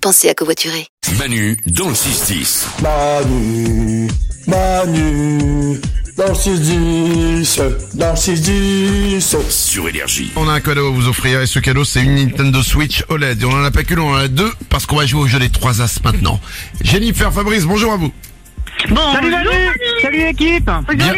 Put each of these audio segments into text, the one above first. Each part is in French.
Pensez à covoiturer. Manu dans le 6-10. Manu, Manu, dans le 6 dans le 6 Sur Énergie. On a un cadeau à vous offrir et ce cadeau c'est une Nintendo Switch OLED. Et on en a pas qu'une, on en a deux parce qu'on va jouer au jeu des trois as maintenant. Jennifer Fabrice, bonjour à vous. Salut Manu Salut l'équipe Bien-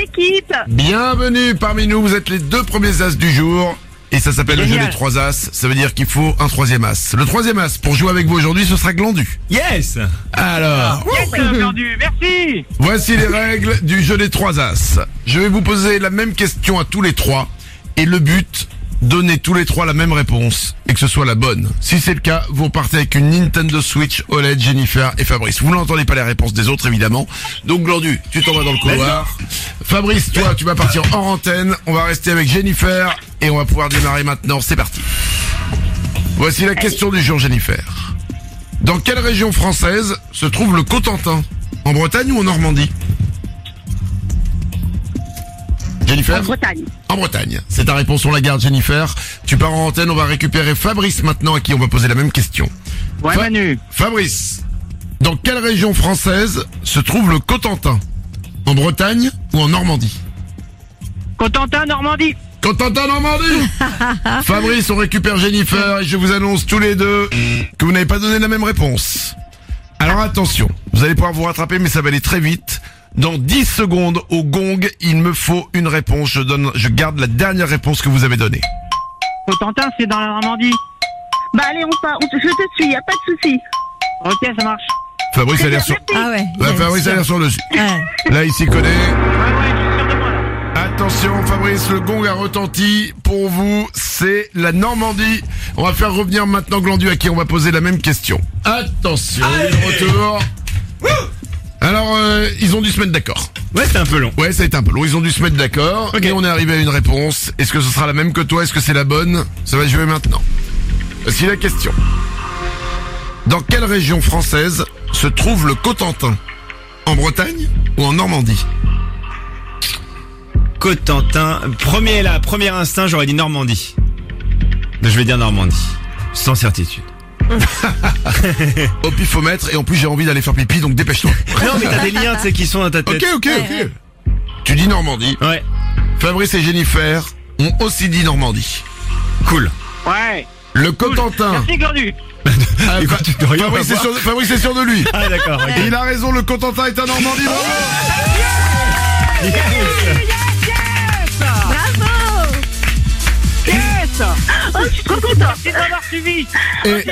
Bienvenue parmi nous, vous êtes les deux premiers as du jour. Et ça s'appelle le jeu Génial. des trois as, ça veut dire qu'il faut un troisième as. Le troisième as pour jouer avec vous aujourd'hui, ce sera Glandu. Yes Alors, perdu, merci voici les règles du jeu des trois as. Je vais vous poser la même question à tous les trois. Et le but, donner tous les trois la même réponse et que ce soit la bonne. Si c'est le cas, vous repartez avec une Nintendo Switch OLED, Jennifer et Fabrice. Vous n'entendez pas les réponses des autres, évidemment. Donc, Glandu, tu t'en vas dans le couloir. Fabrice, toi, tu vas partir en antenne. On va rester avec Jennifer et on va pouvoir démarrer maintenant. C'est parti. Voici la question du jour, Jennifer. Dans quelle région française se trouve le Cotentin En Bretagne ou en Normandie Jennifer En Bretagne. en Bretagne. C'est ta réponse, on la garde, Jennifer. Tu pars en antenne, on va récupérer Fabrice maintenant, à qui on va poser la même question. Ouais Fa- Manu Fabrice, dans quelle région française se trouve le Cotentin En Bretagne ou en Normandie Cotentin, Normandie Cotentin, Normandie Fabrice, on récupère Jennifer et je vous annonce tous les deux que vous n'avez pas donné la même réponse. Alors attention, vous allez pouvoir vous rattraper, mais ça va aller très vite. Dans 10 secondes, au gong, il me faut une réponse. Je donne, je garde la dernière réponse que vous avez donnée. Cotentin, c'est dans la Normandie Bah allez, on part, on- je te suis, y a pas de souci. Ok, ça marche Fabrice a l'air sur, Ah ouais. Ouais, bien Fabrice a sûr. l'air sur le dessus. Ouais. Là, il s'y connaît. Ouais, ouais, je suis sûr de moi là Attention, Fabrice, le gong a retenti. Pour vous, c'est la Normandie. On va faire revenir maintenant Glandu à qui on va poser la même question. Attention, retour. Alors, euh, ils ont dû se mettre d'accord. Ouais, c'était un peu long. Ouais, ça a été un peu long. Ils ont dû se mettre d'accord. Ok. Et on est arrivé à une réponse. Est-ce que ce sera la même que toi Est-ce que c'est la bonne Ça va jouer maintenant. Voici la question. Dans quelle région française se trouve le Cotentin En Bretagne ou en Normandie Cotentin, premier là, premier instinct, j'aurais dit Normandie. Je vais dire Normandie. Sans certitude. Au pifomètre. Et en plus, j'ai envie d'aller faire pipi, donc dépêche-toi. Non, mais t'as des liens, tu sais, qui sont dans ta tête. Ok, ok, ok. Tu dis Normandie. Ouais, Fabrice et Jennifer ont aussi dit Normandie. cool. Ouais Le Cotentin. Merci Glandu Ah, Écoute, Fa- tu dois rien Fabrice, est avoir. sûr de, Fabrice est sûr de lui. Ah, d'accord, ok. Et il a raison, le Cotentin est un Normandie. bravo. Bravo Yes Oh, je suis trop contente. Merci de m'avoir suivi Oh, Et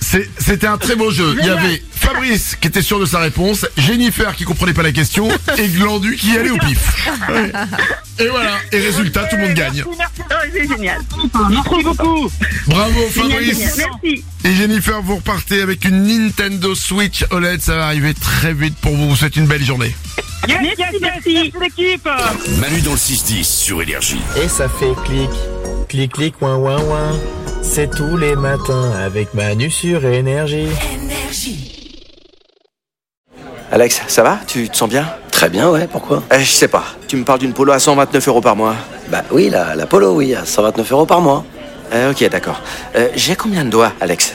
c'est- c'était un très beau jeu. Il y avait Fabrice qui était sûr de sa réponse, Jennifer qui comprenait pas la question et Glandu qui allait au pif. Et voilà. Et résultat, tout le monde gagne. Oh, c'est génial. Merci beaucoup Bravo Génial, Fabrice. génial. Merci. Et Jennifer, vous repartez avec une Nintendo Switch OLED. Ça va arriver très vite pour vous. Vous souhaitez une belle journée. Yes, Merci, yes, yes, merci. merci l'équipe Manu dans le 6-10 sur Énergie. Et ça fait clic, clic, clic, ouin, ouin, ouin. C'est tous les matins avec Manu sur Énergie. Alex, ça va Tu te sens bien Très bien, ouais, pourquoi Eh, Je sais pas. Tu me parles d'une polo à 129 euros par mois. Bah oui, la, la polo, oui, à 129 euros par mois. Euh, ok, d'accord. Euh, J'ai combien de doigts, Alex